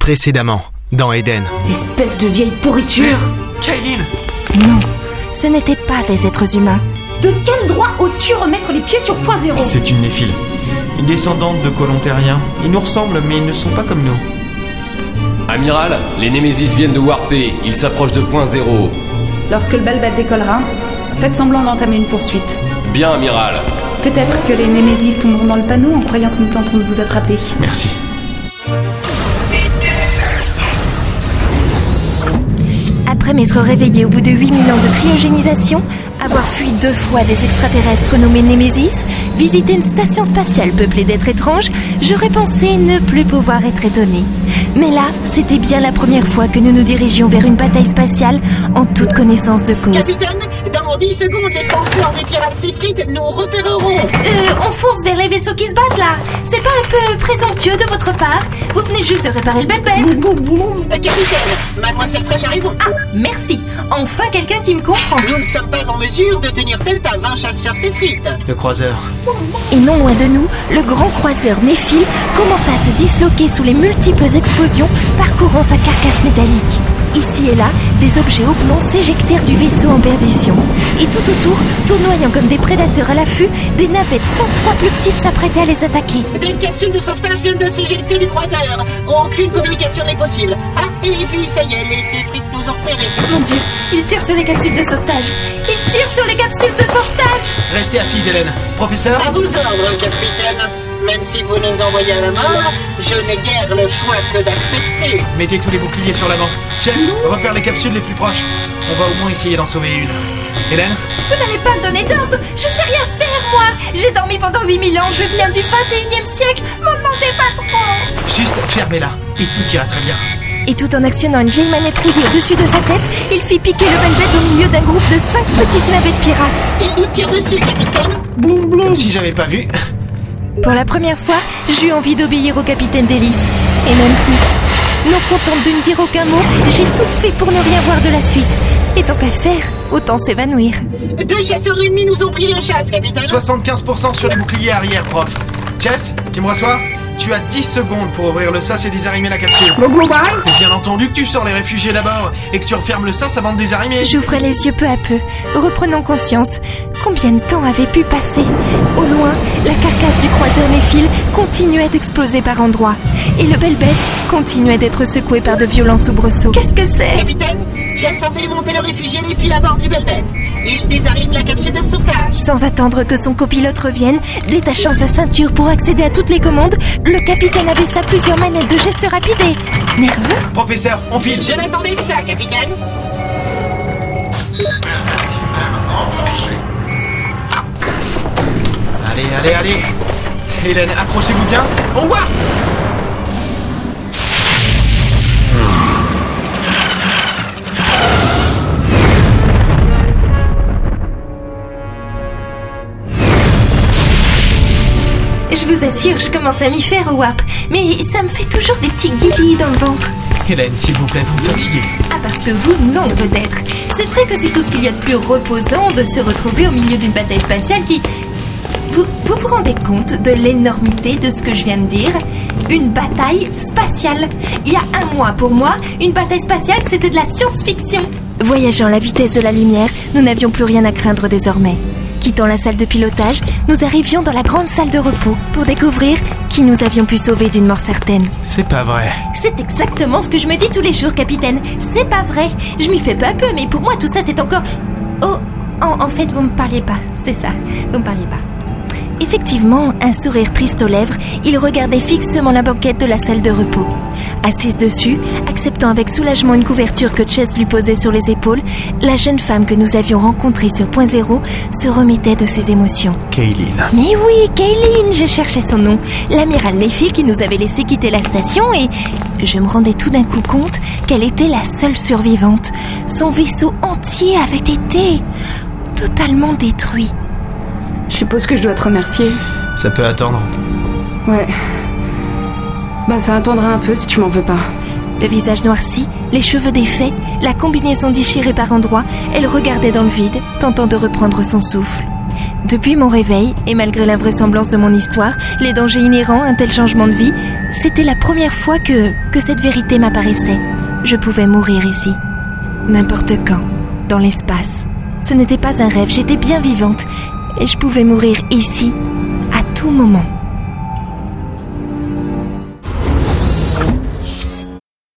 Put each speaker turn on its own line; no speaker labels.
précédemment dans Eden.
Espèce de vieille pourriture
Kaylin
Non, ce n'étaient pas des êtres humains.
De quel droit oses-tu remettre les pieds sur point zéro
C'est une néphile. Une descendante de colontériens. Ils nous ressemblent, mais ils ne sont pas comme nous.
Amiral, les Némésis viennent de warper. Ils s'approchent de point zéro.
Lorsque le balbat décollera, faites semblant d'entamer une poursuite.
Bien, Amiral.
Peut-être que les Némésis tomberont dans le panneau en croyant que nous tentons de vous attraper.
Merci.
Après m'être réveillée au bout de 8000 ans de cryogénisation, avoir fui deux fois des extraterrestres nommés Némésis, visiter une station spatiale peuplée d'êtres étranges, j'aurais pensé ne plus pouvoir être étonnée. Mais là, c'était bien la première fois que nous nous dirigions vers une bataille spatiale en toute connaissance de cause.
Capitaine, dans 10 secondes, les censeurs des pirates s'effritent, nous repérerons.
Euh, on fonce vers les vaisseaux qui se battent là C'est pas un peu présomptueux de votre part Vous venez juste de réparer le bête-bête
Boum, boum, boum. Capitaine, mademoiselle Fraîche a raison.
Ah, merci Enfin quelqu'un qui me comprend
Nous ne sommes pas en mesure de tenir tête à 20 chasseurs s'effritent.
Le croiseur.
Et non loin de nous, le grand croiseur Néphile commença à se disloquer sous les multiples explosions parcourant sa carcasse métallique. Ici et là, des objets oblongs s'éjectèrent du vaisseau en perdition. Et tout autour, tournoyant comme des prédateurs à l'affût, des navettes 100 fois plus petites s'apprêtaient à les attaquer.
Des capsules de sauvetage viennent de s'éjecter du croiseur. Aucune communication n'est possible. Ah, et puis ça y est, les s'effritent nous ont repérés.
Mon Dieu, ils tirent sur les capsules de sauvetage Ils tirent sur les capsules de sauvetage
Restez assise, Hélène. Professeur
À vos ordres, capitaine. Même si vous nous envoyez à la mort, je n'ai guère le choix que d'accepter.
Mettez tous les boucliers sur l'avant. Chess, repère les capsules les plus proches. On va au moins essayer d'en sauver une. Hélène
Vous n'allez pas me donner d'ordre Je sais rien faire, moi J'ai dormi pendant 8000 ans, je viens du 21e siècle M'en demandez pas trop
Juste fermez-la et tout ira très bien.
Et tout en actionnant une vieille manette rouillée au-dessus de sa tête, il fit piquer le Velvet au milieu d'un groupe de 5 petites navettes pirates.
Ils nous tirent dessus, capitaine.
Comme si j'avais pas vu.
Pour la première fois, j'eus envie d'obéir au capitaine d'hélice. Et même plus. Non contente de ne dire aucun mot, j'ai tout fait pour ne rien voir de la suite. Et tant qu'à faire, autant s'évanouir.
Deux chasseurs ennemis nous ont pris en chasse, capitaine.
75% sur les boucliers arrière, prof. Jess, tu me reçois Tu as 10 secondes pour ouvrir le sas et désarmer la capsule. Et bien entendu que tu sors les réfugiés d'abord et que tu refermes le sas avant de désarmer.
J'ouvrais les yeux peu à peu, reprenant conscience. Combien de temps avait pu passer Au loin, la carcasse du croiseur Néphile continuait d'exploser par endroits. Et le bel bête continuait d'être secoué par de violents soubresauts. Qu'est-ce que c'est
Capitaine, Jess a fait monter le réfugié les fils à bord du Belbête. Il désarme la capsule de sauvetage.
Sans attendre que son copilote revienne, détachant sa ceinture pour accéder à toutes les commandes, le capitaine abaissa plusieurs manettes de gestes rapides et... Nerveux
Professeur, on file.
Je n'attendais que ça, capitaine.
Allez, allez, allez. Hélène, accrochez-vous bien. On voit
Je vous assure, je commence à m'y faire au warp, mais ça me fait toujours des petits guillis dans le ventre.
Hélène, s'il vous plaît, vous me fatiguez.
Ah, parce que vous, non, peut-être. C'est vrai que c'est tout ce qu'il y a de plus reposant de se retrouver au milieu d'une bataille spatiale qui. Vous vous, vous rendez compte de l'énormité de ce que je viens de dire Une bataille spatiale. Il y a un mois, pour moi, une bataille spatiale, c'était de la science-fiction. Voyageant à la vitesse de la lumière, nous n'avions plus rien à craindre désormais. Quittant la salle de pilotage, nous arrivions dans la grande salle de repos pour découvrir qui nous avions pu sauver d'une mort certaine.
C'est pas vrai.
C'est exactement ce que je me dis tous les jours, capitaine. C'est pas vrai. Je m'y fais pas un peu, mais pour moi, tout ça, c'est encore. Oh, en, en fait, vous me parlez pas. C'est ça. Vous me parlez pas. Effectivement, un sourire triste aux lèvres, il regardait fixement la banquette de la salle de repos. Assise dessus, acceptant avec soulagement une couverture que Chess lui posait sur les épaules, la jeune femme que nous avions rencontrée sur Point Zéro se remettait de ses émotions.
Kaylin.
Mais oui, Kaylin, je cherchais son nom. L'amiral Nephil qui nous avait laissé quitter la station et je me rendais tout d'un coup compte qu'elle était la seule survivante. Son vaisseau entier avait été totalement détruit.
Je suppose que je dois te remercier.
Ça peut attendre.
Ouais. Bah ça attendra un peu si tu m'en veux pas.
Le visage noirci, les cheveux défaits, la combinaison déchirée par endroits, elle regardait dans le vide, tentant de reprendre son souffle. Depuis mon réveil, et malgré l'invraisemblance de mon histoire, les dangers inhérents à un tel changement de vie, c'était la première fois que, que cette vérité m'apparaissait. Je pouvais mourir ici. N'importe quand, dans l'espace. Ce n'était pas un rêve, j'étais bien vivante, et je pouvais mourir ici, à tout moment.